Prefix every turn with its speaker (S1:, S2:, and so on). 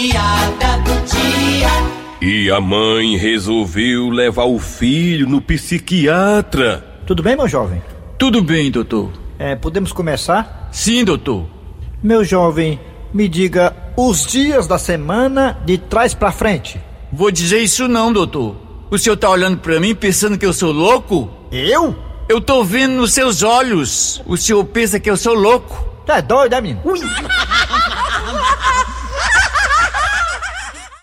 S1: piada do dia.
S2: E a mãe resolveu levar o filho no psiquiatra.
S3: Tudo bem, meu jovem?
S4: Tudo bem, doutor.
S3: É, podemos começar?
S4: Sim, doutor.
S3: Meu jovem, me diga os dias da semana de trás pra frente.
S4: Vou dizer isso não, doutor. O senhor tá olhando pra mim pensando que eu sou louco?
S3: Eu?
S4: Eu tô vendo nos seus olhos. O senhor pensa que eu sou louco?
S3: Tá doido, é, menino?